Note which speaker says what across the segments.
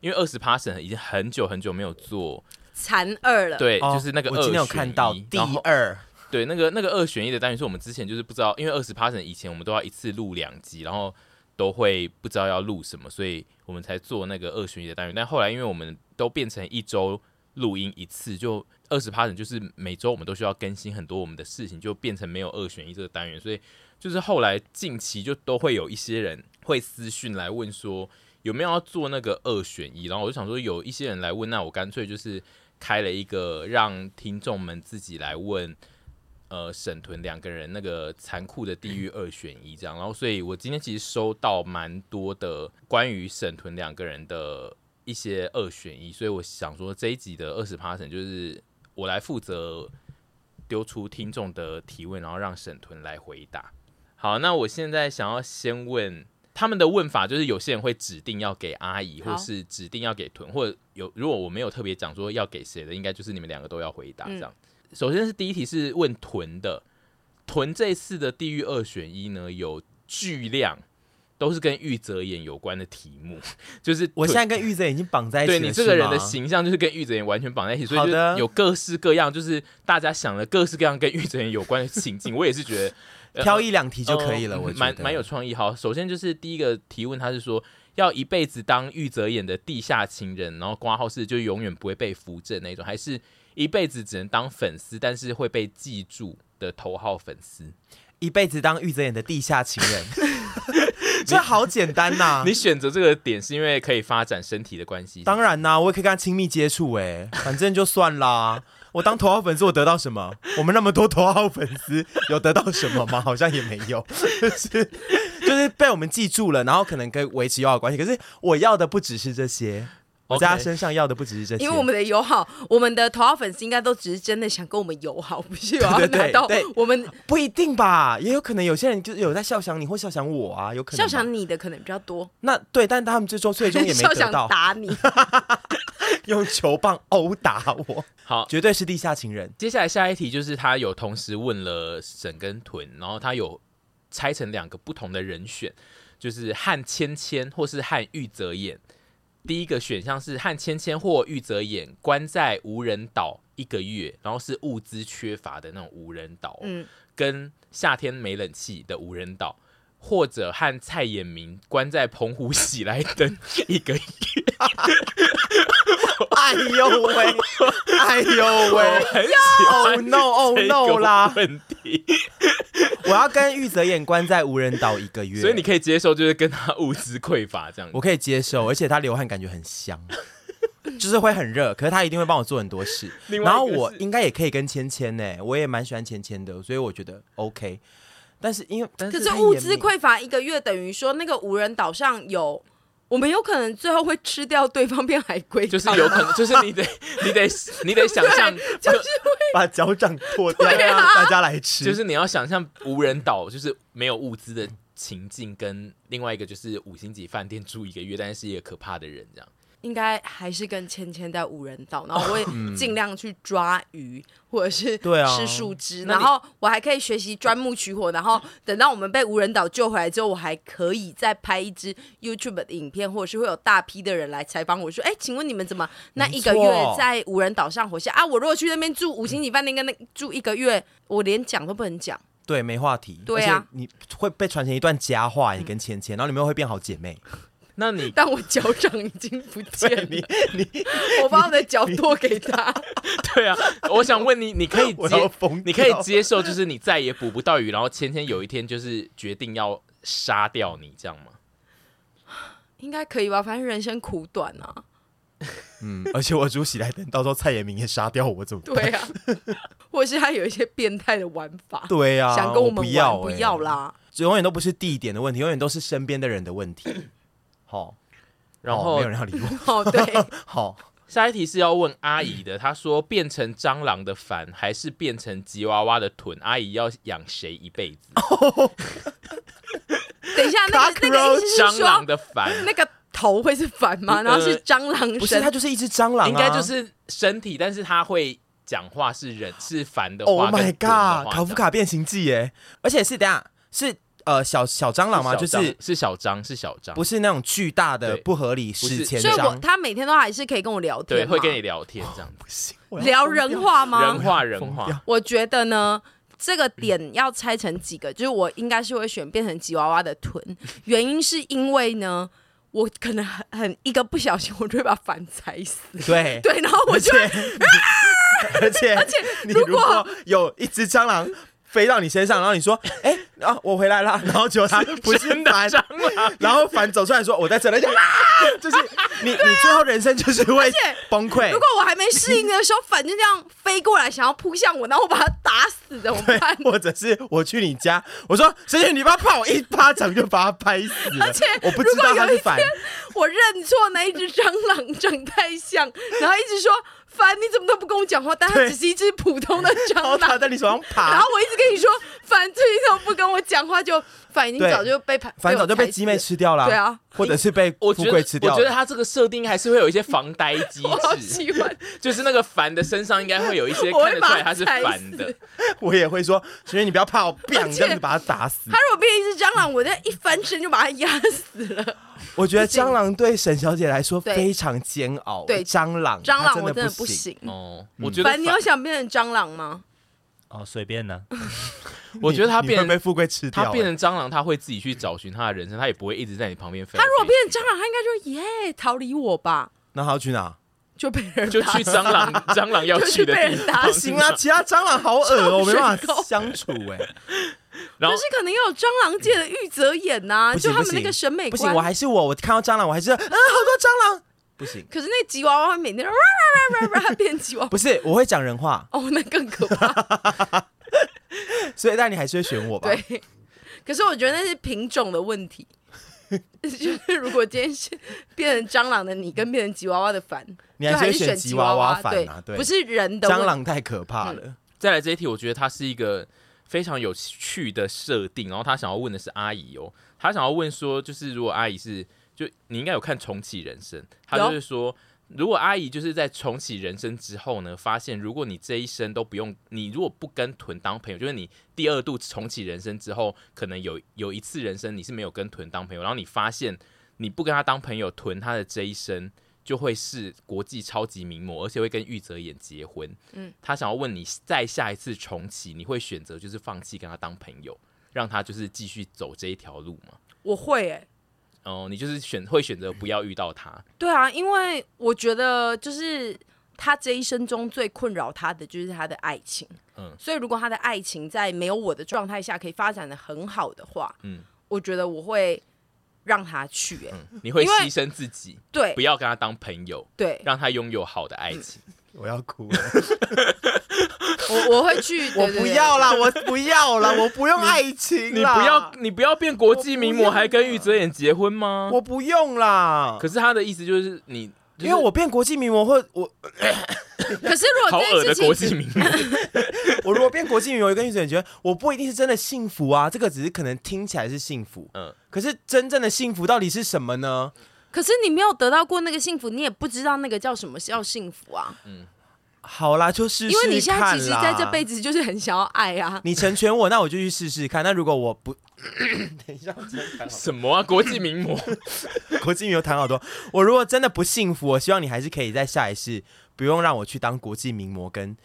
Speaker 1: 因为二十 p a s s o n 已经很久很久没有做，
Speaker 2: 残二了，
Speaker 1: 对，
Speaker 3: 哦
Speaker 1: 就是那个
Speaker 3: 我
Speaker 1: 二
Speaker 3: 今
Speaker 1: 选一，
Speaker 3: 天有看到第
Speaker 1: 然后
Speaker 3: 二，
Speaker 1: 对，那个那个二选一的单元是我们之前就是不知道，因为二十 p a s s o n 以前我们都要一次录两集，然后都会不知道要录什么，所以我们才做那个二选一的单元。但后来因为我们都变成一周录音一次，就二十 p a s s o n 就是每周我们都需要更新很多我们的事情，就变成没有二选一这个单元。所以就是后来近期就都会有一些人会私讯来问说有没有要做那个二选一，然后我就想说有一些人来问，那我干脆就是开了一个让听众们自己来问。呃沈屯两个人那个残酷的地狱二选一这样，然后所以我今天其实收到蛮多的关于沈屯两个人的一些二选一，所以我想说这一集的二十 p a s s o n 就是我来负责丢出听众的提问，然后让沈屯来回答。好，那我现在想要先问他们的问法，就是有些人会指定要给阿姨，
Speaker 2: 好
Speaker 1: 或是指定要给屯，或者有如果我没有特别讲说要给谁的，应该就是你们两个都要回答这样。首先是第一题是问屯的，屯这次的地狱二选一呢，有巨量都是跟玉泽演有关的题目，就是
Speaker 3: 我
Speaker 1: 屯
Speaker 3: 现在跟玉泽已经绑在一起
Speaker 1: 对
Speaker 3: 了，
Speaker 1: 你这个人的
Speaker 3: 是吗
Speaker 1: 形象就是跟玉泽演完全绑在一起，所
Speaker 3: 好
Speaker 1: 以就
Speaker 3: 的
Speaker 1: 有各式各样，就是大家想了各式各样跟玉泽演有关的情境。我也是觉得呃
Speaker 3: 挑一两题就可以了，
Speaker 1: 嗯
Speaker 3: 我觉得
Speaker 1: 蛮蛮有创意。好，首先就是第一个提问，他是说要一辈子当玉泽演的地下情人，然后挂号是就永远不会被扶正那种，还是一辈子只能当粉丝，但是会被记住的头号粉丝？
Speaker 3: 一辈子当玉泽演的地下情 人，这好简单呐、
Speaker 1: 你选择这个点是因为可以发展身体的关系，
Speaker 3: 当然啦、我也可以跟他亲密接触哎、反正就算啦。我当头号粉丝，我得到什么？我们那么多头号粉丝，有得到什么吗？好像也没有，就是就是被我们记住了，然后可能跟维持友好关系。可是我要的不只是这些，我在他
Speaker 1: OK
Speaker 3: 身上要的不只是这些，
Speaker 2: 因为我们的友好，我们的头号粉丝应该都只是真的想跟我们友好，不是有要
Speaker 3: 对对对
Speaker 2: 拿到
Speaker 3: 对
Speaker 2: 我们
Speaker 3: 不一定吧，也有可能有些人就是有在笑想你或笑想我啊，有可能
Speaker 2: 笑
Speaker 3: 吧
Speaker 2: 想你的可能比较多，
Speaker 3: 那对，但他们最终最终也没
Speaker 2: 笑
Speaker 3: 得
Speaker 2: 想
Speaker 3: 到，
Speaker 2: 打你。
Speaker 3: 用球棒殴打我，
Speaker 1: 好，
Speaker 3: 绝对是地下 情人。
Speaker 1: 接下来下一题就是他有同时问了沈跟屯，然后他有拆成两个不同的人选，就是和芊芊或是和玉泽演。第一个选项是和芊芊或玉泽演关在无人岛一个月，然后是物资缺乏的那种无人岛哦，
Speaker 2: 嗯，
Speaker 1: 跟夏天没冷气的无人岛，或者和蔡衍明关在澎湖喜来登一个月。
Speaker 3: 哎呦喂， 哎呦喂
Speaker 1: 很 喜
Speaker 3: ，Oh
Speaker 1: 欢
Speaker 3: no Oh
Speaker 1: 这个
Speaker 3: no 啦！
Speaker 1: 问题。
Speaker 3: 我要跟玉泽演关在无人岛一个月，
Speaker 1: 所以你可以接受，就是跟他物资匮乏这样子
Speaker 3: 我。可以接受，而且他流汗感觉很香。 就是会很热，可是他一定会帮我做很多事。
Speaker 1: 另外一
Speaker 3: 然
Speaker 1: 个
Speaker 3: 后我
Speaker 1: 是
Speaker 3: 应该也可以跟芊芊呢，我也蛮喜欢芊芊的，所以我觉得 OK。但是因为但
Speaker 2: 可
Speaker 3: 是
Speaker 2: 是
Speaker 3: 他
Speaker 2: 物
Speaker 3: 也
Speaker 2: 资
Speaker 3: 没
Speaker 2: 匮乏一个月，等于说那个无人岛上有，我们有可能最后会吃掉对方变海龟汤，
Speaker 1: 就是有可 能，就是你得你得你得想象，
Speaker 2: 就是
Speaker 3: 把脚掌脱掉，
Speaker 2: 对啊
Speaker 3: 让大家来吃，
Speaker 1: 就是你要想象无人岛就是没有物资的情境，跟另外一个就是五星级饭店住一个月，但是是一个可怕的人这样。
Speaker 2: 应该还是跟芊芊在无人岛，然后我也尽量去抓鱼、或者是
Speaker 3: 哦嗯对啊
Speaker 2: 吃树枝，
Speaker 1: 那
Speaker 2: 然
Speaker 1: 你
Speaker 2: 后我还可以学习钻木取火，然后等到我们被无人岛救回来之后，我还可以再拍一支 YouTube 的影片，或者是会有大批的人来采访我说，哎，请问你们怎么那一个
Speaker 3: 没
Speaker 2: 月
Speaker 3: 错
Speaker 2: 在无人岛上活下啊？我如果去那边住五星级饭店，跟那住一个月，我连讲都不能讲。
Speaker 3: 对，没话题。
Speaker 2: 对啊
Speaker 3: 而且你会被传成一段佳话，你跟芊芊，然后你们又会变好姐妹。
Speaker 1: 那 你
Speaker 2: 但我脚掌已经不见
Speaker 3: 对你
Speaker 2: 了，我把我的脚剁给他。
Speaker 1: 对啊，我想问你，你可以
Speaker 3: 我 要
Speaker 1: 接
Speaker 3: 疯掉
Speaker 1: 你可以接受，就是你再也捕不到鱼，然后芊芊有一天就是决定要杀掉你这样吗？
Speaker 2: 应该可以吧，反正人生苦短啊。
Speaker 3: 嗯，而且我煮喜来登，到时候蔡衍明也杀掉我，我怎么办？
Speaker 2: 对啊，或是他有一些变态的玩法，
Speaker 3: 对呀、啊，
Speaker 2: 想跟
Speaker 3: 我
Speaker 2: 们玩
Speaker 3: 不要、
Speaker 2: 不要，啦。
Speaker 3: 永远都不是地点的问题，永远都是身边的人的问题。好，
Speaker 1: 然
Speaker 3: 好
Speaker 1: 后
Speaker 3: 没有人要理 我。
Speaker 2: 哦，对，
Speaker 3: 好，
Speaker 1: 下一题是要问阿姨的，她说变成蟑螂的烦还是变成吉娃娃的臀，阿姨要养谁一辈子？
Speaker 3: 哦
Speaker 2: 等一下，那个那个意思是
Speaker 1: 蟑螂
Speaker 2: 说
Speaker 1: 的烦。
Speaker 2: 那个头会是反吗？
Speaker 1: 嗯
Speaker 2: 然后是蟑螂
Speaker 3: 不是，
Speaker 2: 身
Speaker 3: 它，就是一只蟑螂、啊，
Speaker 1: 应该就是身体，但是他会讲话是人是凡的话
Speaker 3: Oh
Speaker 1: 跟
Speaker 3: my
Speaker 1: 鬼的话
Speaker 3: god！卡夫
Speaker 1: 这样
Speaker 3: 卡变形记耶，而且是等一下是呃小小蟑螂吗？
Speaker 1: 小
Speaker 3: 就
Speaker 1: 张
Speaker 3: 是
Speaker 1: 是小张，是小张，
Speaker 3: 不
Speaker 1: 是
Speaker 3: 是那种巨大的
Speaker 1: 对
Speaker 3: 不合理
Speaker 1: 不是
Speaker 3: 史前
Speaker 2: 所以我
Speaker 3: 蟑，
Speaker 2: 他每天都还是可以跟我聊天
Speaker 1: 对，
Speaker 2: 嘛，
Speaker 1: 会跟你聊天这样子，
Speaker 2: 聊人话
Speaker 1: 人
Speaker 2: 吗？
Speaker 1: 话人
Speaker 3: 疯掉
Speaker 1: 话，
Speaker 2: 我觉得呢。这个点要拆成几个，就是我应该是会选变成吉娃娃的臀，原因是因为呢，我可能很很一个不小心，我就会把反踩死。
Speaker 3: 对，
Speaker 2: 对，然后我
Speaker 3: 而
Speaker 2: 就啊
Speaker 3: 且 而且而且你
Speaker 2: 如
Speaker 3: 如
Speaker 2: 果
Speaker 3: 果有一只蟑螂。飞到你身上，然后你说：“哎、啊，我回来啦！”然后结果它不是
Speaker 1: 真的
Speaker 3: 反
Speaker 1: 蟑螂，
Speaker 3: 然后反走出来说：“我在这里。”啊，就是你、你最后人生就是会
Speaker 2: 啊且
Speaker 3: 崩溃
Speaker 2: 如。果我还没适应的时候，反正这样飞过来想要扑向我，然后我把它打死怎么
Speaker 3: 对
Speaker 2: 办，？
Speaker 3: 或者是我去你家，我说谁谁你不要怕，我一巴掌就把他拍死了。
Speaker 2: 而且
Speaker 3: 我不知道他是反，
Speaker 2: 我认错那一只蟑螂长太像，然后一直说凡你怎么都不跟我讲话，但它
Speaker 3: 对
Speaker 2: 只是一只普通的
Speaker 3: 然后
Speaker 2: 蟑
Speaker 3: 他
Speaker 2: 螂。
Speaker 3: 在你手上
Speaker 2: 然
Speaker 3: 爬
Speaker 2: 后，我一直跟你说凡最近怎么不跟我讲话，就凡已经
Speaker 3: 对
Speaker 2: 早就被排，
Speaker 3: 反正早就被
Speaker 2: 我踩死
Speaker 3: 鸡妹吃掉了，
Speaker 2: 对啊，
Speaker 3: 或者是被
Speaker 1: 我
Speaker 3: 富
Speaker 1: 觉得
Speaker 3: 贵吃掉
Speaker 1: 我觉得
Speaker 3: 了。
Speaker 1: 他这个设定还是会有一些防呆机
Speaker 2: 我好
Speaker 1: 制，
Speaker 2: 喜欢，
Speaker 1: 就是那个凡的身上应该会有一些
Speaker 2: 我
Speaker 1: 看得出
Speaker 2: 会把
Speaker 1: 来
Speaker 2: 它
Speaker 1: 他是
Speaker 2: 踩
Speaker 1: 凡
Speaker 2: 死
Speaker 1: 的，
Speaker 3: 我也会说，所以你不要怕，我砰
Speaker 2: 且
Speaker 3: 这样子把他打 死
Speaker 2: 它。如果变一只蟑螂，我就一翻身就把它压死了。
Speaker 3: 我觉得
Speaker 2: 不行
Speaker 3: 蟑螂对沈小姐来说
Speaker 2: 对
Speaker 3: 非常煎熬。
Speaker 2: 对
Speaker 3: 蟑螂，
Speaker 2: 蟑
Speaker 3: 她
Speaker 2: 螂我
Speaker 3: 真
Speaker 2: 真的
Speaker 3: 的
Speaker 2: 不
Speaker 3: 行。
Speaker 2: 行。
Speaker 1: 哦，我觉得
Speaker 2: 凡，
Speaker 1: 凡
Speaker 2: 你有想变成蟑螂吗？
Speaker 4: 哦，随便呢、
Speaker 1: 我觉得他
Speaker 3: 你你会
Speaker 1: 变
Speaker 3: 被富贵吃掉。欸
Speaker 1: 他变成蟑螂，他会自己去找寻他的人生，他也不会一直在你旁边飞来飞去。
Speaker 2: 他如果变成蟑螂，他应该说耶，逃离我吧，
Speaker 3: 欸那他要去哪？
Speaker 2: 就被人
Speaker 1: 就
Speaker 2: 打
Speaker 1: 去蟑螂蟑螂要
Speaker 2: 就
Speaker 1: 去
Speaker 2: 去
Speaker 1: 的
Speaker 2: 被
Speaker 1: 地
Speaker 2: 人打
Speaker 1: 方，
Speaker 2: 死
Speaker 3: 不行啊，其他蟑螂好恶哦，我没办
Speaker 2: 臭水
Speaker 3: 法
Speaker 2: 沟
Speaker 3: 相处哎。
Speaker 1: 然后
Speaker 2: 就是可能要有蟑螂界的玉泽演呐、
Speaker 3: 不
Speaker 2: 就
Speaker 3: 行
Speaker 2: 他们那个审美
Speaker 3: 不行，
Speaker 2: 观。
Speaker 3: 我还是我，我看到蟑螂我还是嗯，好多蟑螂。不行，
Speaker 2: 可是那吉娃娃每天哇哇哇哇哇变吉娃娃，
Speaker 3: 不是，我会讲人话，
Speaker 2: 哦，那更可 怕。
Speaker 3: 所以但你还是会选我吧？
Speaker 2: 对，可是我觉得那是品种的问题。 就是如果今天是变成蟑螂的你，跟变成吉娃娃的反，
Speaker 3: 你
Speaker 2: 就
Speaker 3: 还
Speaker 2: 还
Speaker 3: 是
Speaker 2: 是
Speaker 3: 会
Speaker 2: 选
Speaker 3: 吉
Speaker 2: 娃
Speaker 3: 娃
Speaker 2: 娃
Speaker 3: 娃反啊？对，
Speaker 2: 不是人的问
Speaker 3: 蟑螂太可怕了。
Speaker 1: 再来这一题，我觉得它是一个非常有趣的设定。然后他想要问的是阿姨哦，他想要问说，就是如果阿姨是，就你应该有看《重启人生》，他就是说，如果阿姨就是在重启人生之后呢，发现如果你这一生都不用，你如果不跟豚当朋友，就是你第二度重启人生之后，可能有有一次人生你是没有跟豚当朋友，然后你发现你不跟他当朋友，豚他的这一生。就会是国际超级名模，而且会跟玉泽演结婚。他想要问你，再下一次重启，你会选择就是放弃跟他当朋友，让他就是继续走这一条路吗？
Speaker 2: 我会哎、
Speaker 1: 哦、你就是选会选择不要遇到他，
Speaker 2: 对啊，因为我觉得就是他这一生中最困扰他的就是他的爱情，
Speaker 1: 嗯
Speaker 2: 所以如果他的爱情在没有我的状态下可以发展的很好的话，
Speaker 1: 嗯
Speaker 2: 我觉得我会让他去、欸，
Speaker 1: 你会
Speaker 2: 因为
Speaker 1: 牺牲自己，
Speaker 2: 对
Speaker 1: 不要跟他当朋友，
Speaker 2: 对，
Speaker 1: 让他拥有好的爱情。
Speaker 3: 我要哭了，
Speaker 2: 我我会去，
Speaker 3: 我
Speaker 2: 对
Speaker 3: 不要，啦，我不要啦，我不用爱
Speaker 1: 你
Speaker 3: 情啦，
Speaker 1: 不要，你不要变国际名模，
Speaker 3: 我不要
Speaker 1: 还跟玉泽演结婚吗？
Speaker 3: 我不用啦
Speaker 1: 可，是他的意思就是你，就是
Speaker 3: 因为我变国际名模或我
Speaker 2: 对对可是如
Speaker 1: 好
Speaker 2: 果
Speaker 1: 恶
Speaker 2: 这
Speaker 1: 的
Speaker 2: 件
Speaker 1: 国
Speaker 2: 事
Speaker 1: 际
Speaker 2: 情，
Speaker 1: 名模，
Speaker 3: 我如果变国际名模，我跟玉子觉得我不一定是真的幸福啊，这个只是可能听起来是幸福，
Speaker 1: 嗯，
Speaker 3: 可是真正的幸福到底是什么呢？
Speaker 2: 可是你没有得到过那个幸福，你也不知道那个叫什么叫幸福啊，
Speaker 3: 好啦，就试试
Speaker 2: 因为你现在其实在这辈
Speaker 3: 子，
Speaker 2: 子就是很想要爱啊，
Speaker 3: 你成全我，那我就去试试看。那如果 我不，等一下，我真的谈好
Speaker 1: 什么啊？国际名模，
Speaker 3: 国际名模谈好多。我如果真的不幸福，我希望你还是可以在下一世不用让我去当国际名模跟，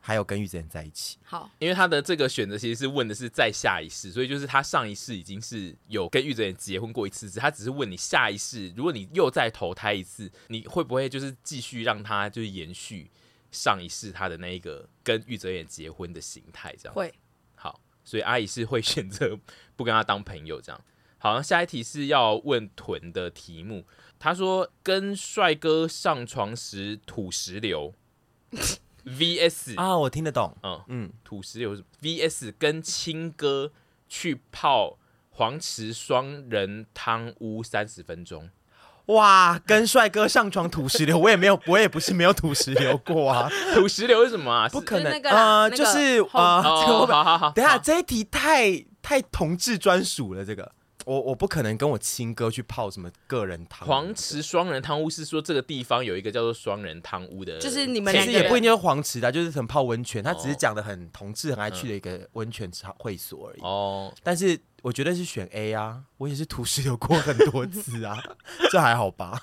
Speaker 3: 还有跟玉子在一起。
Speaker 2: 好，
Speaker 1: 因为他的这个选择其实是问的是在下一世，所以就是他上一世已经是有跟玉泽演结婚过一次，只他只是问你下一世，如果你又再投胎一次，你会不会就是继续让他就是延续上一世他的那一个跟玉泽演结婚的形态这样？
Speaker 2: 会
Speaker 1: 好，所以阿姨是会 选择不跟他当朋友这样。好，那下一题是要问臀的题目。他说跟帅哥上床时吐石 榴，VS
Speaker 3: 啊，我听得懂。
Speaker 1: 嗯
Speaker 3: 嗯
Speaker 1: 嗯，土石榴是 VS 跟青哥去泡黄池双人汤屋三十分钟，
Speaker 3: 哇，跟帅哥上床吐石榴，我也没有，我也不是没有吐石榴过啊，
Speaker 1: 土石榴是什么啊？
Speaker 3: 不
Speaker 1: 是
Speaker 3: 可能
Speaker 2: 就是那个啦
Speaker 3: 呃，
Speaker 2: 那个
Speaker 3: 就是
Speaker 2: 后
Speaker 3: 啊，
Speaker 1: 哦，
Speaker 3: 这个会不会
Speaker 1: 好好好，
Speaker 3: 等一下
Speaker 1: 好
Speaker 3: 这一题太太同志专属了，这个我我不可能跟我亲哥去泡什么个人汤，
Speaker 1: 黄池双人汤屋是说这个地方有一个叫做双人汤屋的，
Speaker 2: 就是你们
Speaker 3: 其
Speaker 2: 两
Speaker 3: 实
Speaker 2: 个
Speaker 3: 也
Speaker 2: 人
Speaker 3: 不一定是黄池的啊，就是很泡温泉，他只是
Speaker 1: 哦
Speaker 3: 讲的很同志很爱去的一个温泉场会所而已。
Speaker 1: 哦，
Speaker 3: 但是我觉得是选 A 啊，我也是土石流过很多次啊， 这还 好吧？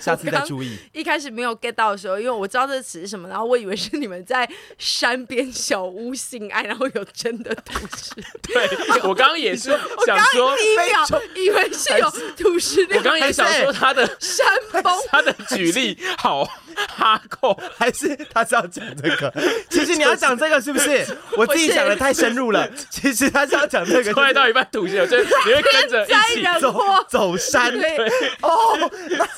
Speaker 3: 下次再注意。
Speaker 2: 一开始没有 get 到的时候，因为我知道这个词是什么，然后我以为是你们在山边小屋性爱，然后有真的土 石。
Speaker 1: 对 我刚刚也是想说，
Speaker 2: 第一秒
Speaker 3: 非洲
Speaker 2: 以为是有土石
Speaker 1: 我
Speaker 2: 流
Speaker 1: 刚刚也想说他的
Speaker 2: 山崩，
Speaker 1: 他的举例好哈 扣，
Speaker 3: 还是他是要讲这个？其实你要讲这个是不是？我自己
Speaker 2: 不是
Speaker 3: 想的太深 入了。其实他是要讲这个，
Speaker 1: 突然到一半吐血，我就你会跟着一起
Speaker 2: 天灾人
Speaker 3: 走
Speaker 2: 祸
Speaker 3: 走山
Speaker 2: 对，
Speaker 3: 哦，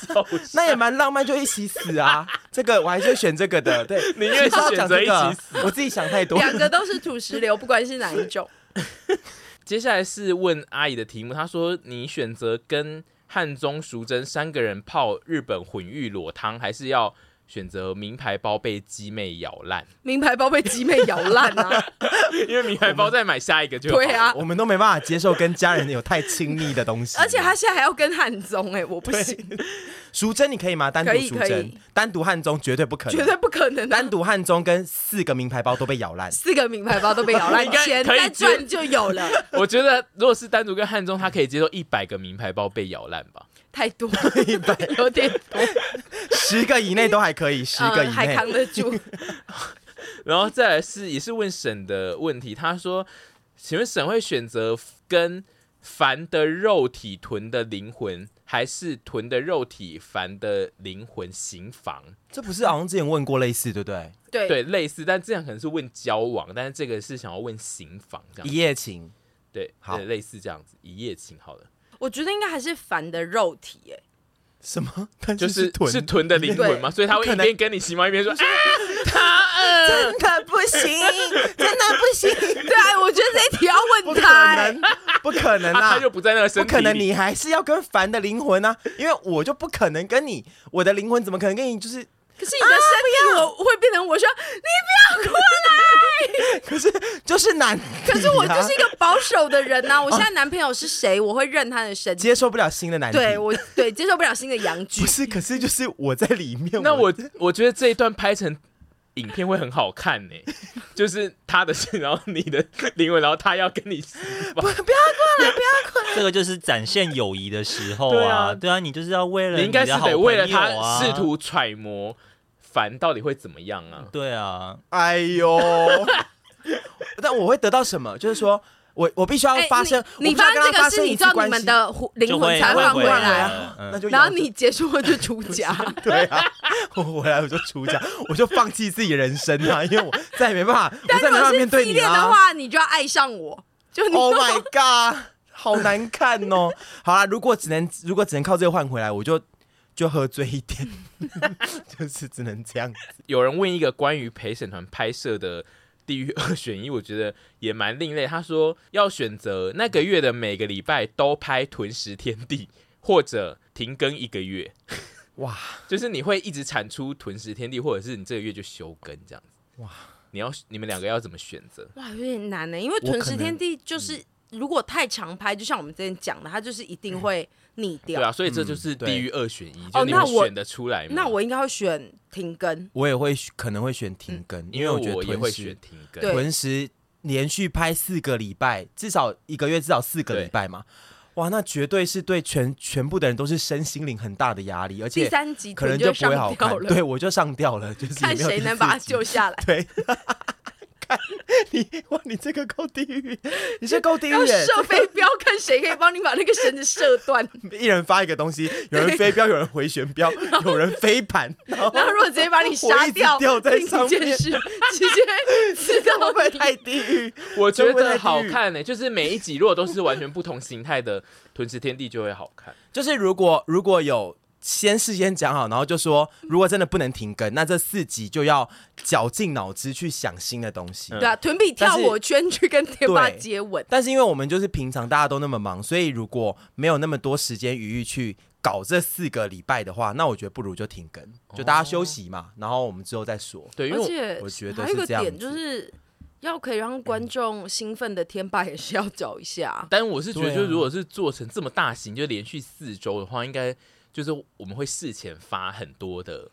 Speaker 1: 走。
Speaker 3: 那也蛮浪漫，就一起死啊！这个我还是选这个的， 对，
Speaker 1: 宁愿
Speaker 3: 其实要讲这个啊
Speaker 1: 选择一起
Speaker 3: 我自己想太多。
Speaker 2: 两个都是土石流，不管是哪一种。
Speaker 1: 接下来是问阿姨的题目，她说你选择跟汉中、淑珍三个人泡日本混浴裸汤，还是要选择名牌包被鸡妹咬烂？
Speaker 2: 名牌包被集妹咬烂 啊！
Speaker 1: 因为名牌包再买下一个就好
Speaker 2: 对，啊，
Speaker 3: 我们都没办法接受跟家人有太亲密的东西，
Speaker 2: 而且他现在还要跟汉宗哎、我不行，
Speaker 3: 淑珍你可以吗？单独
Speaker 2: 可以
Speaker 3: 淑
Speaker 2: 可
Speaker 3: 珍
Speaker 2: 以，
Speaker 3: 单独汉中绝对不可能，
Speaker 2: 绝对不可 能、啊。，
Speaker 3: 单独汉中跟四个名牌包都被咬烂
Speaker 2: 四个名牌包都被咬烂
Speaker 1: 应，该
Speaker 2: 钱
Speaker 1: 可以
Speaker 2: 再赚就有了，
Speaker 1: 我觉得如果是单独跟汉中，他可以接受一百个名牌包被咬烂吧。
Speaker 2: 太多了，
Speaker 3: 一百
Speaker 2: 有点多，
Speaker 3: 十个以内都还可以，十个以
Speaker 2: 嗯、还
Speaker 3: 内。
Speaker 2: 扛得住。
Speaker 1: 然后再来是也是问沈的问题，他说：“请问沈会选择跟凡的肉体、豚的灵魂，还是豚的肉体、凡的灵魂行房？”
Speaker 3: 这不是好像之前问过类似，对不对？
Speaker 2: 对，
Speaker 1: 对，类似，但这样可能是问交往，但是这个是想要问行房这
Speaker 3: 一
Speaker 1: 样，
Speaker 3: 夜情，
Speaker 1: 对，
Speaker 3: 好
Speaker 1: 对类似这样子，一夜情好了，
Speaker 2: 我觉得应该还是凡的肉体 哎、
Speaker 3: 什么？但
Speaker 1: 就是
Speaker 3: 臀
Speaker 1: 是 臀的灵魂嘛，所以他会
Speaker 3: 不可
Speaker 1: 一
Speaker 3: 能
Speaker 1: 边跟你行房一边说啊，他呃，
Speaker 2: 真的不 行，真的不行。对啊，我觉得这一题要
Speaker 3: 不
Speaker 2: 问
Speaker 3: 可
Speaker 2: 他、哎
Speaker 3: 能， 不可能
Speaker 1: 他
Speaker 3: 啊
Speaker 1: 他！就不在那个身
Speaker 3: 不
Speaker 1: 体里，
Speaker 3: 可能，你还是要跟凡的灵魂啊，因为我就不可能跟你，我的灵魂怎么可能跟你？就是，
Speaker 2: 可是你的
Speaker 3: 啊
Speaker 2: 身体我会变成我说你不要过 来，
Speaker 3: 可是就是啊难、
Speaker 2: 可是我就是一个保守的人啊
Speaker 3: 啊
Speaker 2: 呐、我现在男朋友是谁，我会认他的身体。
Speaker 3: 接受不了新的难题。
Speaker 2: 对我对接受不了新的阳具
Speaker 3: 不，是，可是就是我在里面。
Speaker 1: 那我我觉得这一段拍成影片会很好看呢、就是他的事，然后你的灵魂，然后他要跟你行房，
Speaker 4: 这个就是展现友谊的时候
Speaker 1: 对
Speaker 4: 啊，
Speaker 1: 啊
Speaker 4: 对啊，你就是要为了
Speaker 1: 你应该
Speaker 4: 你
Speaker 1: 是
Speaker 4: 的好
Speaker 1: 得为了
Speaker 4: 朋友啊
Speaker 1: 他试图揣摩凡到底会怎么样啊？
Speaker 4: 对啊，
Speaker 3: 哎呦， 但我会得到什么？就是说我我必须要
Speaker 2: 哎
Speaker 3: 发生，
Speaker 2: 你你
Speaker 3: 我必须要
Speaker 2: 发
Speaker 3: 跟
Speaker 2: 这
Speaker 3: 他
Speaker 2: 个
Speaker 3: 发
Speaker 2: 是
Speaker 3: 生
Speaker 2: 你
Speaker 3: 一
Speaker 2: 知
Speaker 3: 次
Speaker 2: 道你
Speaker 3: 关
Speaker 2: 们
Speaker 3: 系，
Speaker 2: 的魂灵
Speaker 4: 就
Speaker 2: 魂
Speaker 4: 会
Speaker 2: 才
Speaker 4: 会
Speaker 2: 换
Speaker 4: 回
Speaker 2: 回
Speaker 4: 来
Speaker 2: 来啊，
Speaker 4: 啊嗯
Speaker 3: 那就
Speaker 2: 然后
Speaker 3: 咬着
Speaker 2: 你结束后就出家，
Speaker 3: 对啊，我回来我就出家， 我就放弃自己人生啊， 因为我再也没办法，我
Speaker 2: 但
Speaker 3: 再
Speaker 2: 如
Speaker 3: 也没办
Speaker 2: 果
Speaker 3: 法
Speaker 2: 是
Speaker 3: 面对
Speaker 2: 自
Speaker 3: 你
Speaker 2: 恋的
Speaker 3: 啊。
Speaker 2: 话，你就要爱上我，就你
Speaker 3: Oh my god，好难看哦。 好啦，如果只能如果只能靠这个换回来，我就就喝醉一点， 就是只能这样。
Speaker 1: 有人问一个关于陪审团拍摄的地狱二选一， 我觉得也蛮另类。他说要选择那个月的每个礼拜都拍《屯食天地》，或者停更一个月。
Speaker 3: 哇，
Speaker 1: 就是你会一直产出《屯食天地》，或者是你这个月就休更这样子。
Speaker 3: 哇
Speaker 1: 哇，你要你们两个要怎么选择？
Speaker 2: 哇，有点难欸呢、因为《
Speaker 3: 我
Speaker 2: 吞
Speaker 3: 可
Speaker 2: 食
Speaker 3: 能嗯
Speaker 2: 天地》就是如果太常拍，就像我们之前讲的，它就是一定会腻掉。
Speaker 1: 对啊，所以这就是
Speaker 3: 嗯对
Speaker 1: 地狱二选一，
Speaker 2: 哦
Speaker 1: 就你
Speaker 2: 那
Speaker 1: 会
Speaker 2: 我
Speaker 1: 选得出来吗？
Speaker 2: 那我应该会选停更，
Speaker 3: 我也会可能会选停更，
Speaker 1: 因为
Speaker 3: 嗯我觉得
Speaker 1: 我也
Speaker 3: 吞
Speaker 1: 会
Speaker 3: 食
Speaker 1: 选停更。
Speaker 2: 对
Speaker 3: 屯食连续拍四个礼拜，至少一个月至少四个礼拜嘛，哇，那绝对是对全全部的人都是身心灵很大的压力，而
Speaker 2: 第
Speaker 3: 且
Speaker 2: 三集
Speaker 3: 可
Speaker 2: 可
Speaker 3: 能
Speaker 2: 就
Speaker 3: 不会好
Speaker 2: 上
Speaker 3: 看
Speaker 2: 吊。 了，
Speaker 3: 对，我就上吊了，就是也
Speaker 2: 看
Speaker 3: 没有
Speaker 2: 谁
Speaker 3: 第
Speaker 2: 能
Speaker 3: 四
Speaker 2: 把它
Speaker 3: 集
Speaker 2: 救下来。
Speaker 3: 对。看你哇，你这个够地狱，你这够地狱
Speaker 2: 要
Speaker 3: 耶！哦
Speaker 2: 射飞镖，看谁可以帮你把那个绳子射 断。
Speaker 3: 一人发一个东西，有人飞镖，有人回旋镖，有人飞盘，然后
Speaker 2: 然后如果直接把你
Speaker 3: 我
Speaker 2: 杀
Speaker 3: 一直
Speaker 2: 掉，
Speaker 3: 掉在
Speaker 2: 另一
Speaker 3: 上
Speaker 2: 件
Speaker 3: 面
Speaker 2: 事直接 刺到
Speaker 3: 会不会
Speaker 2: 你
Speaker 3: 太地狱？
Speaker 1: 我觉
Speaker 3: 这会不会太地
Speaker 1: 得
Speaker 3: 狱
Speaker 1: 好看呢、欸就是每一集如果都是完全不同形态的《屯食天地》，就会好看。
Speaker 3: 就是如果如果有先事先讲好，然后就说如果真的不能停更，那这四集就要绞尽脑汁去想新的东西。
Speaker 2: 对啊，臀比跳
Speaker 3: 但是
Speaker 2: 火圈去跟贴吧
Speaker 3: 对
Speaker 2: 接吻。
Speaker 3: 但是因为我们就是平常大家都那么忙，所以如果没有那么多时间余裕去搞这四个礼拜的话，那我觉得不如就停更，
Speaker 1: 哦
Speaker 3: 就大家休息嘛，然后我们之后再说。
Speaker 1: 对，因
Speaker 2: 而
Speaker 1: 为
Speaker 2: 且
Speaker 3: 我觉得
Speaker 2: 还有一
Speaker 3: 是
Speaker 2: 个
Speaker 3: 这样
Speaker 2: 点
Speaker 3: 子
Speaker 2: 就是，要可以让观众兴奋的天霸也是要找一下。
Speaker 1: 但我是觉得，
Speaker 3: 对啊
Speaker 1: 就如果是做成这么大型，就连续四周的话，应该就是我们会事前发很多的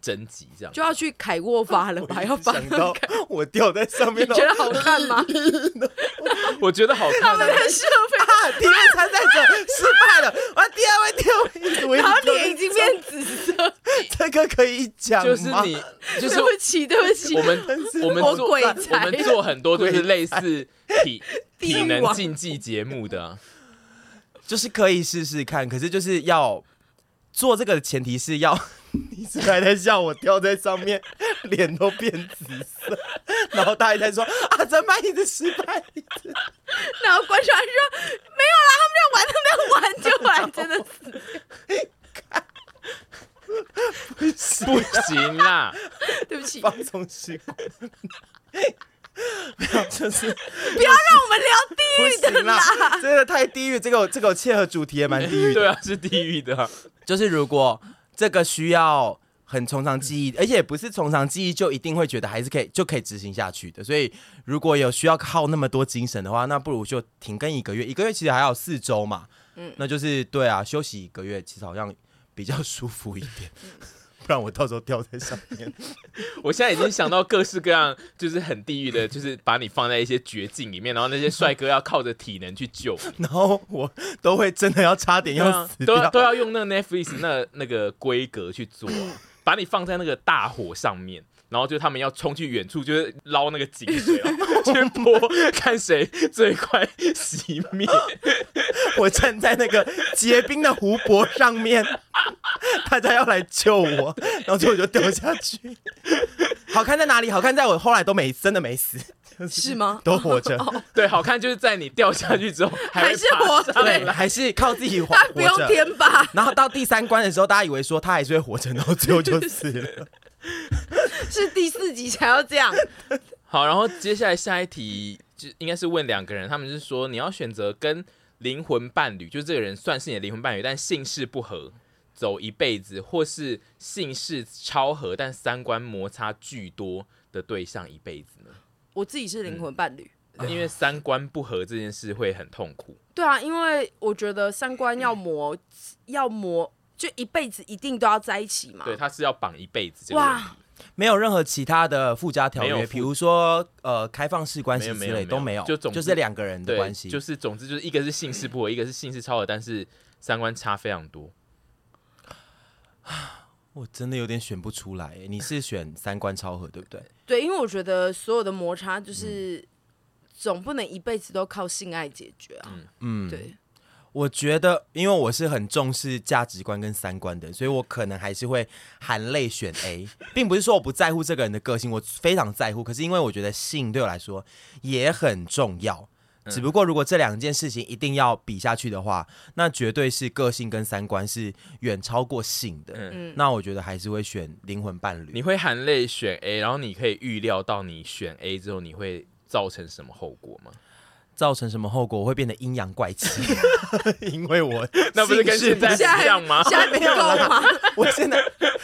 Speaker 1: 征集，这样
Speaker 2: 就要去凯沃发 了吧？要发
Speaker 3: 想到我掉在上面
Speaker 2: 你
Speaker 3: 了，
Speaker 2: 觉得好看吗？
Speaker 1: 我觉得好看啊。
Speaker 2: 但是
Speaker 3: 啊，第二参赛者失败了，啊，第二位 第二位，我一
Speaker 2: 然后
Speaker 3: 定
Speaker 2: 脸已经变紫色，
Speaker 3: 这个可以讲
Speaker 1: 就是
Speaker 3: 吗
Speaker 1: 你，就
Speaker 2: 对
Speaker 1: 是
Speaker 2: 不起，对不起
Speaker 1: 我，们我们
Speaker 2: 我
Speaker 1: 做
Speaker 2: 鬼
Speaker 1: 我
Speaker 2: 才
Speaker 1: 们做很多就是类似体
Speaker 2: 地
Speaker 1: 体
Speaker 2: 狱
Speaker 1: 能
Speaker 2: 王
Speaker 1: 竞技节目的啊，
Speaker 3: 就是可以试试看，可是就是要做这个的前提是要。你是还在笑我掉在上面， 脸都变紫色，然后他还在说啊，怎么办一直失败，
Speaker 2: 然后观众还说没有啦，他们在玩，他们在玩，就玩，真的是
Speaker 1: 不行 啦，
Speaker 2: 对不起，不
Speaker 3: 放松时光， 没有，就是
Speaker 2: 要让我们聊地
Speaker 3: 不
Speaker 2: 狱 的
Speaker 3: 行啦，真的太地狱，这个我这个我切合主题也蛮地狱的。
Speaker 1: 对啊，是地狱的啊，
Speaker 3: 就是如果这个需要很从长计议，而且不是从长计议就一定会觉得还是可以就可以执行下去的。所以如果有需要耗那么多精神的话，那不如就停更一个月，一个月其实还有四周嘛。嗯，那就是对啊，休息一个月其实好像比较舒服一点，不然我到时候掉在上面。
Speaker 1: 我现在已经想到各式各样，就是很地狱的，就是把你放在一些绝境里面，然后那些帅哥要靠着体能去救你，
Speaker 3: 然后我都会真的要差点
Speaker 1: 对
Speaker 3: 要
Speaker 1: 啊
Speaker 3: 死
Speaker 1: 都
Speaker 3: 掉。
Speaker 1: 要都要用那个 Netflix 那那个规格去 做啊、把你放在那个大火上面。然后就他们要冲去远处，就是捞那个井 水、哦，去泼，看谁最快熄灭。
Speaker 3: 我站在那个结冰的湖泊上面， 大家要来救我，然后最后我就掉下去。好看在哪里？好看在我后来都没真的没死，
Speaker 2: 是吗？哦
Speaker 3: 都 活着，
Speaker 1: 对，好看就是在你掉下去之后还
Speaker 2: 还
Speaker 1: 会
Speaker 2: 是
Speaker 1: 爬
Speaker 2: 活
Speaker 1: 上
Speaker 2: 对
Speaker 3: 对，
Speaker 1: 来。
Speaker 3: 还是 靠自己活
Speaker 2: 他不
Speaker 3: 活
Speaker 2: 用
Speaker 3: 着。
Speaker 2: 天吧？
Speaker 3: 然后到第三关的时候，大家以为说他还是会活着，然后最 后就死了。
Speaker 2: 是第四集才要这样，
Speaker 1: 好，然后接下来下一题就应该是问两个人，他们是说你要选择跟灵魂伴侣，就是这个人算是你的灵魂伴侣，但姓氏不合，走一辈子，或是姓氏超合但三观摩擦巨多的对象一辈子呢？
Speaker 2: 我自己是灵魂伴侣。
Speaker 1: 因为三观不合这件事会很痛苦。
Speaker 2: 对啊，因为我觉得三观要磨，要磨，就一辈子一定都要在一起嘛。
Speaker 1: 对，他是要绑一辈子这个问题。
Speaker 2: 哇，
Speaker 3: 没有任何其他的附加条
Speaker 1: 没
Speaker 3: 约，
Speaker 1: 有附
Speaker 3: 比如说呃开放式关系之
Speaker 1: 没有没
Speaker 3: 类
Speaker 1: 有
Speaker 3: 都没有，
Speaker 1: 没有就总之
Speaker 3: 是两个人的
Speaker 1: 对，
Speaker 3: 关系，
Speaker 1: 就是总之就是一个是姓氏不合，一个是姓氏超合，但是三观差非常多。
Speaker 3: 我真的有点选不出来。欸你是选三观超合对不对？
Speaker 2: 对，因为我觉得所有的摩擦
Speaker 1: 嗯
Speaker 2: 就是、总不能一辈子都靠性爱解决啊。嗯，对，
Speaker 3: 我觉得，因为我是很重视价值观跟三观的人，所以我可能还是会含泪选 A，并不是说我不在乎这个人的个性，我非常在乎。可是因为我觉得性对我来说也很重要，只不过如果这两件事情一定要比下去的话，那绝对是个性跟三观是远超过性的。
Speaker 1: 嗯
Speaker 3: 那我觉得还是会选灵魂伴
Speaker 1: 你
Speaker 3: 侣。
Speaker 1: 会含泪选 A，然后你可以预料到你选 A 之后你会造成什么后果吗？
Speaker 3: 造成什么后果？我会变得阴阳怪气， 因为我
Speaker 1: 那不是跟
Speaker 3: 性
Speaker 1: 现在
Speaker 2: 现在
Speaker 1: 一样吗？
Speaker 2: 现在没够吗？
Speaker 3: 我现在，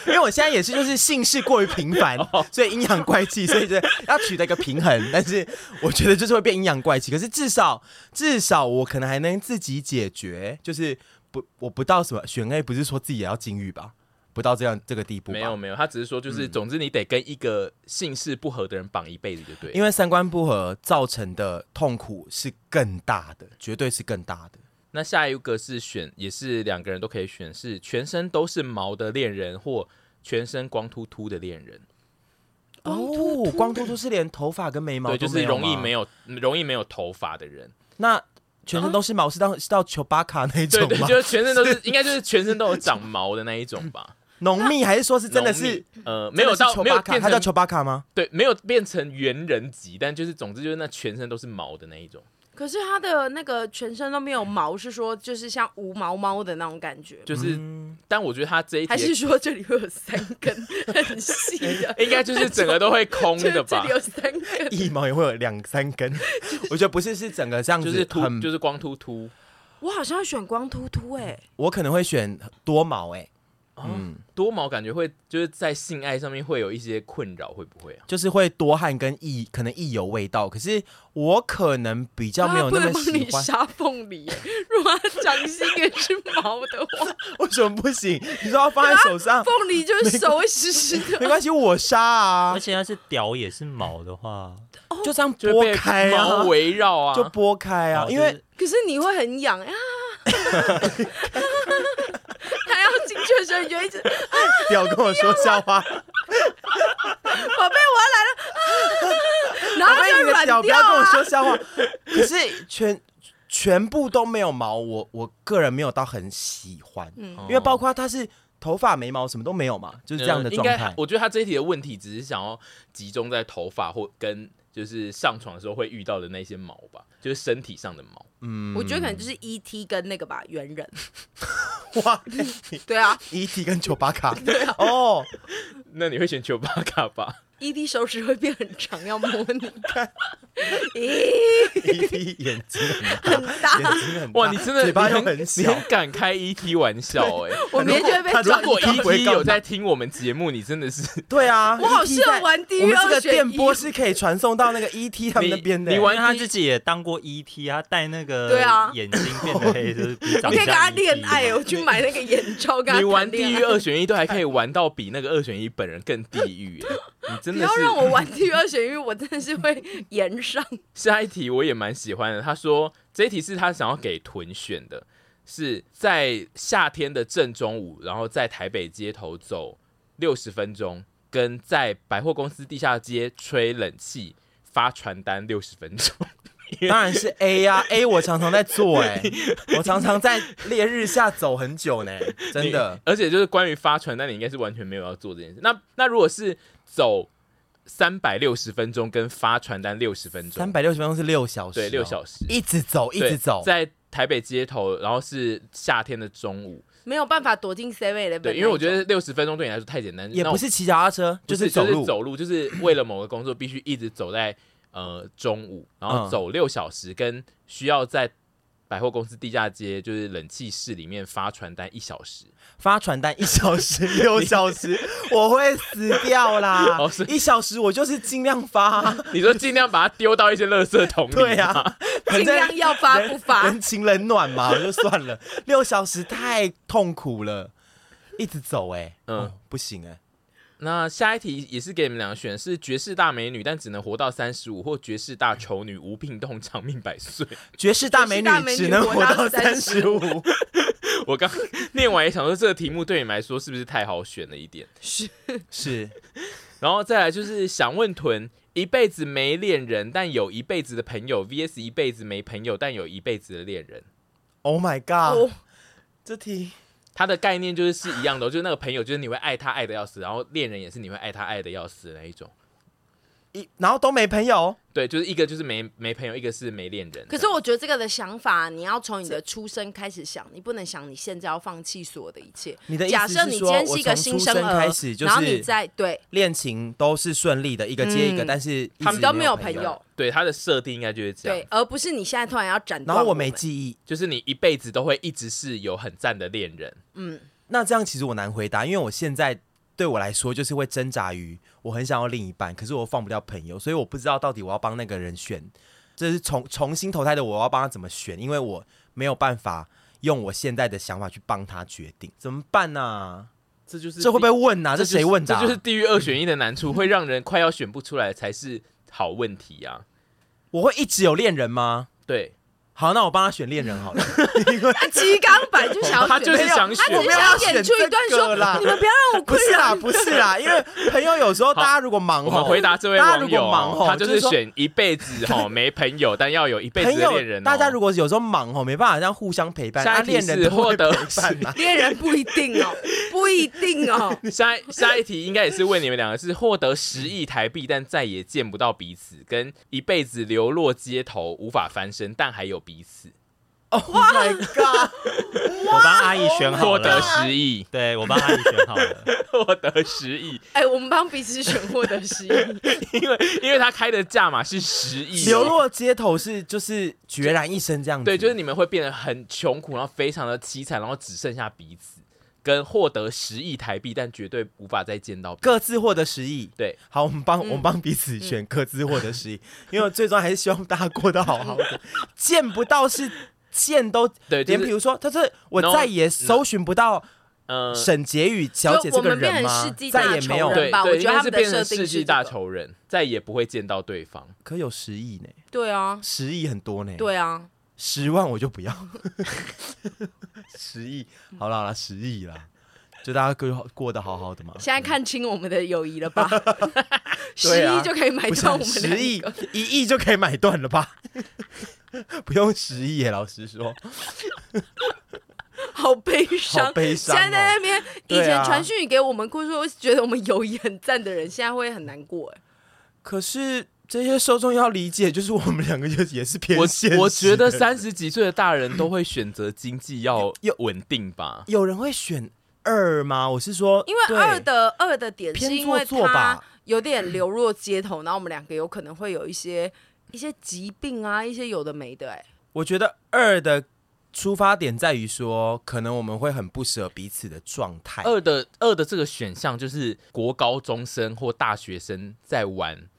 Speaker 3: 因为我现在也是就是姓氏过于频繁，
Speaker 1: 哦
Speaker 3: 所以阴阳怪气，所以就是要取得一个平衡。但是我觉得就是会变阴阳怪气，可是至少至少我可能还能自己解决，就是不我不到什么选 A，不是说自己也要禁欲吧？不到这样这个地步吧，嗯
Speaker 1: 没有没有，他只是说就是，总之你得跟一个姓氏不合的人绑一辈子就对了。
Speaker 3: 因为三观不合造成的痛苦是更大的，绝对是更大的。
Speaker 1: 那下一个是选，也是两个人都可以选，是全身都是毛的恋人或全身光秃秃的恋人。
Speaker 2: 光秃
Speaker 3: 哦，光秃秃是连头发跟眉毛
Speaker 1: 对，
Speaker 3: 都
Speaker 1: 就是容易没
Speaker 3: 有吗。
Speaker 1: 有容易没有头发的 人。
Speaker 3: 那全身都是毛，是到是到丘巴卡那
Speaker 1: 对
Speaker 3: 种
Speaker 1: 对，
Speaker 3: 吗？
Speaker 1: 就是全身都是，应该就是全身都有长毛的那一种吧。
Speaker 3: 浓密还是说是 真的是
Speaker 1: 浓密呃没有到没有变
Speaker 3: 他叫
Speaker 1: 成
Speaker 3: 丘巴 卡吗？
Speaker 1: 对没有变成猿人级，但就是总之就是那全身都是毛的那一种，
Speaker 2: 可是他的那个全身都没有毛，是说就是像无毛猫的那种感觉吗，
Speaker 1: 就是。
Speaker 3: 嗯
Speaker 1: 但我觉得他这一
Speaker 2: 还是
Speaker 1: 题
Speaker 2: 说这里会有三根很细 的？
Speaker 1: 应该就是整个都会空
Speaker 2: 就
Speaker 1: 哎的
Speaker 2: 是 这
Speaker 1: 吧
Speaker 2: 里，有三根，
Speaker 3: 腋毛也会有两三根， 我觉得不是是整个这样子，
Speaker 1: 就是秃
Speaker 3: 很
Speaker 1: 就是光秃秃。
Speaker 2: 我好像要选光秃秃哎，
Speaker 3: 我可能会选多毛哎、嗯，
Speaker 1: 啊多毛感觉会就是在性爱上面会有一些困扰，会不会啊？
Speaker 3: 就是会多汗跟意，可能意有味道。可是我可能比较没
Speaker 2: 他
Speaker 3: 有
Speaker 2: 不
Speaker 3: 那
Speaker 2: 能
Speaker 3: 么
Speaker 2: 帮你
Speaker 3: 喜欢。
Speaker 2: 杀凤梨耶，如果他掌心也是毛的 话，
Speaker 3: 为什么不行？你说要放在 手上，
Speaker 2: 凤梨就是手会湿湿
Speaker 3: 没
Speaker 2: 的。
Speaker 3: 关系，我杀啊
Speaker 4: 而，且要是屌也是毛的话，
Speaker 3: 就这样
Speaker 1: 哦就会
Speaker 3: 拨
Speaker 1: 被
Speaker 3: 开啊
Speaker 1: 毛，围绕啊，
Speaker 3: 就拨开啊
Speaker 4: 然，后
Speaker 3: 因
Speaker 4: 哦就是
Speaker 3: 为
Speaker 2: 可是你会很痒 啊！他要进去的时候，你就一直
Speaker 3: 表跟我说笑话，
Speaker 2: 宝贝，我要来了，啊然后
Speaker 3: 所
Speaker 2: 它
Speaker 3: 以
Speaker 2: 就
Speaker 3: 你的
Speaker 2: 软
Speaker 3: 脚不
Speaker 2: 掉
Speaker 3: 要跟我
Speaker 2: 啊。
Speaker 3: 说笑话。可是全全部都没有毛，我我个人没有到很喜欢，
Speaker 1: 哦
Speaker 3: 因为包括它是头发、眉毛什么都没有嘛，就是这样的
Speaker 1: 嗯
Speaker 3: 状
Speaker 1: 应该
Speaker 3: 态。
Speaker 1: 我觉得他这一题的问题只是想要集中在头发或跟就是上床的时候会遇到的那些毛吧，就是身体上的毛。
Speaker 3: 嗯
Speaker 2: 我觉得可能就是 E T 跟那个吧，猿人。
Speaker 3: 哇
Speaker 2: 对啊
Speaker 3: ，ET 跟酒吧 卡，
Speaker 1: 啊
Speaker 3: 哦，
Speaker 1: 那你会选丘巴卡吧？
Speaker 2: ，E T 手指会变很长，要摸 你。咦，
Speaker 3: ET E 眼睛很大， 眼睛很大，
Speaker 1: 哇，你真的
Speaker 3: 嘴巴
Speaker 1: 你
Speaker 3: 又
Speaker 1: 很
Speaker 3: 很
Speaker 1: 你
Speaker 3: 小
Speaker 1: 很，敢开 ET 玩 笑哎、
Speaker 2: 我明天就会被
Speaker 3: 他
Speaker 1: 如
Speaker 2: 找
Speaker 3: 如
Speaker 1: 果
Speaker 2: 一刀
Speaker 3: 他
Speaker 1: ET 有
Speaker 3: 干嘛
Speaker 1: 在听我们节目，你真的是
Speaker 3: 对啊，
Speaker 2: 我好
Speaker 3: ET
Speaker 2: 适合
Speaker 3: 在
Speaker 2: 玩地狱
Speaker 3: 我们这
Speaker 2: 二
Speaker 3: 个
Speaker 2: 选
Speaker 3: 电波
Speaker 2: 一
Speaker 3: 是可以传送到那个 ET 他们那边的。
Speaker 1: 你玩
Speaker 4: 因为他自己也当过 ET，他戴那个
Speaker 2: 对啊
Speaker 4: 眼睛变得黑，E 就是你
Speaker 2: 你可以跟他恋爱，哦我去 买那啊个眼罩跟他
Speaker 1: 你玩
Speaker 2: 谈
Speaker 1: 地
Speaker 2: 恋
Speaker 1: 狱
Speaker 2: 爱。
Speaker 1: 二选一 都还可以玩到比那个二选一本人更地狱哎、你真
Speaker 2: 不
Speaker 1: 的
Speaker 2: 要
Speaker 1: 是
Speaker 2: 让我玩地狱二选一，我真的是会延上。
Speaker 1: 下一题我也蛮喜欢的，他说这一题是他想要给屯选的，是在夏天的正中午，然后在台北街头走六十分钟，跟在百货公司地下街吹冷气发传单六十分钟。
Speaker 3: 当然是 A 呀、a 我常常在做 哎、我常常在烈日下走很久呢、真的
Speaker 1: 你。而且就是关于发传单，你应该是完全没有要做这件事。那那如果是走三百六十分钟跟发传单六十分钟，
Speaker 3: 三百六十分钟是六小时哦、
Speaker 1: 对六小时
Speaker 3: 一直走，一
Speaker 1: 对
Speaker 3: 直走。
Speaker 1: 在台北街头，然后是夏天的中午。
Speaker 2: 没有办法躲进 Seven Eleven。
Speaker 1: 对，因为我觉得六十分钟对你来说太简单，
Speaker 3: 也
Speaker 1: 那
Speaker 3: 不
Speaker 1: 我
Speaker 3: 是骑脚踏车，
Speaker 1: 不
Speaker 3: 就是走
Speaker 1: 就是
Speaker 3: 路。
Speaker 1: 走路，就是为了某个工作必须一直走在呃中午，然后
Speaker 3: 嗯
Speaker 1: 走六小时，跟需要在百货公司地下街就是冷气室里面发传单一小时，
Speaker 3: 发传单一小时、六小时，我会死掉啦
Speaker 1: 哦是！
Speaker 3: 一小时我就是尽量发、
Speaker 1: 你说尽量把它丢到一些垃圾桶里，
Speaker 3: 对啊，
Speaker 2: 尽量要发不发
Speaker 3: 人。情冷暖嘛， 我就算了。六小时太痛苦了，一直走哎、
Speaker 1: 嗯
Speaker 3: 哦不行哎、
Speaker 1: 那下一题也是给你们两个选，是绝世大美女但只能活到三十五，或绝世大丑女无病痛长命百岁。
Speaker 3: 绝世大
Speaker 2: 绝
Speaker 3: 美
Speaker 2: 世大美
Speaker 3: 女
Speaker 2: 女
Speaker 3: 只能活到
Speaker 2: 活到
Speaker 3: 三十
Speaker 2: 35
Speaker 3: 五，
Speaker 1: 我刚念完也想说，这个题目对你们来说是不是太好选了一点？
Speaker 3: 是
Speaker 1: 然后再来就是想问屯，一辈子没恋人，但有一辈子的朋友，VS 一辈子没朋友，但有一辈子的恋人。
Speaker 3: Oh my
Speaker 2: 哦
Speaker 3: God，、这题
Speaker 1: 它的概念就是是一样的哦，就是那个朋友，就是你会爱他爱的要死，然后恋人也是你会爱他爱的要死的那一种。
Speaker 3: 一然后都没朋友，
Speaker 1: 对，就是一个就是没没朋友，一个是没恋人。
Speaker 2: 可是我觉得这个的想法，你要从你的出生开始想，你不能想你现在要放弃所有的一切。
Speaker 3: 你的意思
Speaker 2: 假设
Speaker 3: 是
Speaker 2: 你今
Speaker 3: 说
Speaker 2: 天
Speaker 3: 我
Speaker 2: 是一个
Speaker 3: 从
Speaker 2: 新
Speaker 3: 出
Speaker 2: 生
Speaker 3: 生
Speaker 2: 儿，
Speaker 3: 开始就
Speaker 2: 然后
Speaker 3: 是
Speaker 2: 你在对，
Speaker 3: 恋情都是顺利的，一个接一个，
Speaker 2: 嗯
Speaker 3: 但是
Speaker 2: 他们都没有朋
Speaker 3: 友。
Speaker 2: 友，
Speaker 1: 对它的设定应该就是这样
Speaker 2: 对，，而不是你现在突然要斩
Speaker 3: 然
Speaker 2: 断。
Speaker 3: 后
Speaker 2: 我
Speaker 3: 我没
Speaker 2: 们
Speaker 3: 记忆，
Speaker 1: 就是你一辈子都会一直是有很赞的恋人。
Speaker 3: 那这样其实我难回答，因为我现在对我来说就是会挣扎于我很想要另一半，可是我放不掉朋友，所以我不知道到底我要帮那个人选，这是重 重新投胎的，我要帮他怎么选，因为我没有办法用我现在的想法去帮他决定，怎么办呢、
Speaker 1: 这就是
Speaker 3: 这会不会问呐、
Speaker 1: 啊
Speaker 3: 这谁问的、
Speaker 1: 这就是地狱二选一的难处，会让人快要选不出来才是好问题啊。
Speaker 3: 我会一直有恋人吗？
Speaker 1: 对，
Speaker 3: 好，那我帮他选恋人 好了。
Speaker 2: 啊，鸡刚本就 想要
Speaker 1: 他就是
Speaker 2: 选
Speaker 1: 想选
Speaker 2: 他只是想演出一段
Speaker 3: 我没有要选这个
Speaker 2: 说，
Speaker 3: 啦
Speaker 2: 你们不要让我
Speaker 3: 不
Speaker 2: 困
Speaker 3: 是啊啦，
Speaker 2: 扰。
Speaker 3: 不是 啦，因为朋友有时候大家如果忙
Speaker 1: 我们
Speaker 3: 吼，
Speaker 1: 回答这位
Speaker 3: 大家
Speaker 1: 网
Speaker 3: 如
Speaker 1: 友
Speaker 3: 果
Speaker 1: 哦
Speaker 3: 忙，吼，
Speaker 1: 他就是
Speaker 3: 说
Speaker 1: 选一辈子哈 没朋友，但要有一辈
Speaker 3: 朋
Speaker 1: 子的
Speaker 3: 友
Speaker 1: 恋人哦。
Speaker 3: 大家如果有时候忙吼，没办法这样互相陪伴，
Speaker 1: 下
Speaker 3: 那
Speaker 1: 一题
Speaker 3: 恋人
Speaker 1: 是
Speaker 3: 都
Speaker 1: 获
Speaker 3: 会
Speaker 1: 得
Speaker 3: 陪伴啊啦。
Speaker 2: 恋人不一定哦，不一定哦。
Speaker 1: 下一下一题应该也是问你们两个，是获得十亿台币但再也见不到彼此，跟一辈子流落街头无法翻身但还有彼此，
Speaker 3: Oh my god！
Speaker 4: 我帮阿姨选好
Speaker 1: 获得
Speaker 4: 了，
Speaker 1: 十 亿，
Speaker 4: 对我帮阿姨选 好了，
Speaker 1: 获得十亿，
Speaker 2: 哎，我们帮彼此选获得十一，
Speaker 1: 因为因为他开的价码 是十亿，哦
Speaker 3: 流落街头是就是决然一生这样子，
Speaker 1: 对，就是你们会变得很穷苦，然后非常的凄惨，然后只剩下彼此。跟获得十亿台币，但绝对无法再见到彼此
Speaker 3: 各自获得十亿。
Speaker 1: 对，嗯
Speaker 3: 好，我们帮、我们帮彼此选各自获得十亿，因为我最终还是希望大家过得好好 的，见不到是见都
Speaker 1: 对就是
Speaker 3: 连比如说，他是我
Speaker 1: No，
Speaker 3: 再也搜寻不到
Speaker 1: 嗯、
Speaker 3: 沈婕妤小姐这
Speaker 2: 就
Speaker 3: 个
Speaker 2: 我们变
Speaker 3: 人
Speaker 2: 成
Speaker 3: 吗
Speaker 2: 世纪？大
Speaker 3: 再也没有
Speaker 2: 仇人
Speaker 1: 对
Speaker 2: 吧我
Speaker 1: 对，
Speaker 2: 觉
Speaker 1: 应该
Speaker 2: 得他
Speaker 1: 是
Speaker 2: 们的
Speaker 1: 变成
Speaker 2: 设定
Speaker 1: 世
Speaker 2: 是
Speaker 1: 纪
Speaker 2: 这
Speaker 1: 大
Speaker 2: 个
Speaker 1: 仇人，再也不会见到对方。
Speaker 3: 可有十亿呢，
Speaker 2: 对啊，
Speaker 3: 十亿很多呢，，
Speaker 2: 对啊，
Speaker 3: 十万我就不要， 十亿，好啦好啦，十亿啦，就大家过过得好好的嘛。
Speaker 2: 现在看清我们的友谊了 吧？十
Speaker 3: 对啊
Speaker 2: 亿就可以买
Speaker 3: 不是
Speaker 2: 到我们两
Speaker 3: 十亿
Speaker 2: 个，
Speaker 3: 一亿就可以买断了吧？ 不用十亿耶，老实说，
Speaker 2: 好悲伤，
Speaker 3: 好悲伤哦
Speaker 2: 现在在那边，以
Speaker 3: 对啊
Speaker 2: 前传讯语给我们哭说觉得我们友谊很赞的人，现在会很难过哎。
Speaker 3: 可是这些受众要理解，就是我们两个就也是偏
Speaker 1: 我
Speaker 3: 现实的
Speaker 1: 我觉得三十几岁的大人都会选择经济要
Speaker 3: 有
Speaker 1: 稳定吧。
Speaker 3: 有人会选二吗？我是说，
Speaker 2: 因为
Speaker 3: 对
Speaker 2: 二的二的点是
Speaker 3: 偏
Speaker 2: 因为
Speaker 3: 做作
Speaker 2: 他
Speaker 3: 吧
Speaker 2: 有点流落街头，然后我们两个有可能会有一些一些疾病啊，一些有的没的哎、
Speaker 3: 我觉得二的出发点在于说，可能我们会很不舍彼此的状态。
Speaker 1: 二的二的这个选项就是国高中生或大学生在玩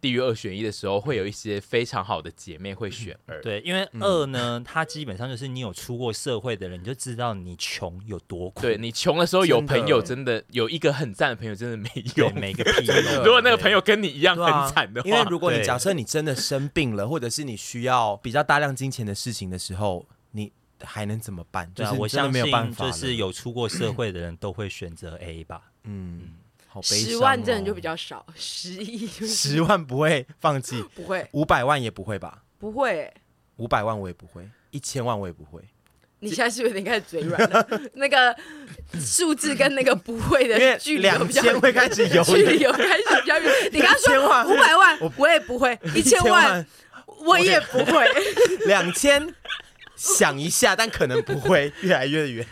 Speaker 1: 地狱二选一的时候，会有一些非常好的姐妹会选二。
Speaker 4: 对，因
Speaker 1: 嗯
Speaker 4: 为二呢，它基本上就是你有出过社会的人，你就知道你穷有多苦。
Speaker 1: 对你穷的时候有
Speaker 3: 真的
Speaker 1: 朋友，真的有一个很赞的朋友，真的没
Speaker 4: 对，
Speaker 1: 有。
Speaker 4: 每个屁用。
Speaker 3: 的
Speaker 1: 如果那个
Speaker 4: 对
Speaker 1: 朋友跟你一样
Speaker 3: 对啊
Speaker 1: 很惨的话，
Speaker 3: 因为如果你
Speaker 4: 对
Speaker 3: 假设你真的生病了，或者是你需要比较大量金钱的事情的时候，你还能怎么办？
Speaker 4: 对啊，
Speaker 3: 就是
Speaker 4: 我
Speaker 3: 真的
Speaker 4: 相
Speaker 3: 没有办
Speaker 4: 信
Speaker 3: 法
Speaker 4: 就
Speaker 3: 了，
Speaker 4: 是有出 过社会的人都会选择 A 吧。
Speaker 3: 嗯，好悲伤、哦
Speaker 2: 十万真的就比。较少，十亿就是
Speaker 3: 十万不会放弃，
Speaker 2: 不会
Speaker 3: 五百万也不会吧？
Speaker 2: 不会、欸。
Speaker 3: 五百万我也不会，一千万我也不 会，
Speaker 2: 你现在是不是有点开始嘴软了？ 那个数字跟那个不会
Speaker 3: 因为
Speaker 2: 的距离有
Speaker 3: 两
Speaker 2: 比较
Speaker 3: 千
Speaker 2: 远，
Speaker 3: 会开始犹
Speaker 2: 距离
Speaker 3: 豫。
Speaker 2: 有开始比较远。你刚刚
Speaker 3: 1000
Speaker 2: 说
Speaker 3: 万
Speaker 2: 五百万，我也不会；一千万，我也不会。
Speaker 3: 两千，想一下，但可能不会，越来越远。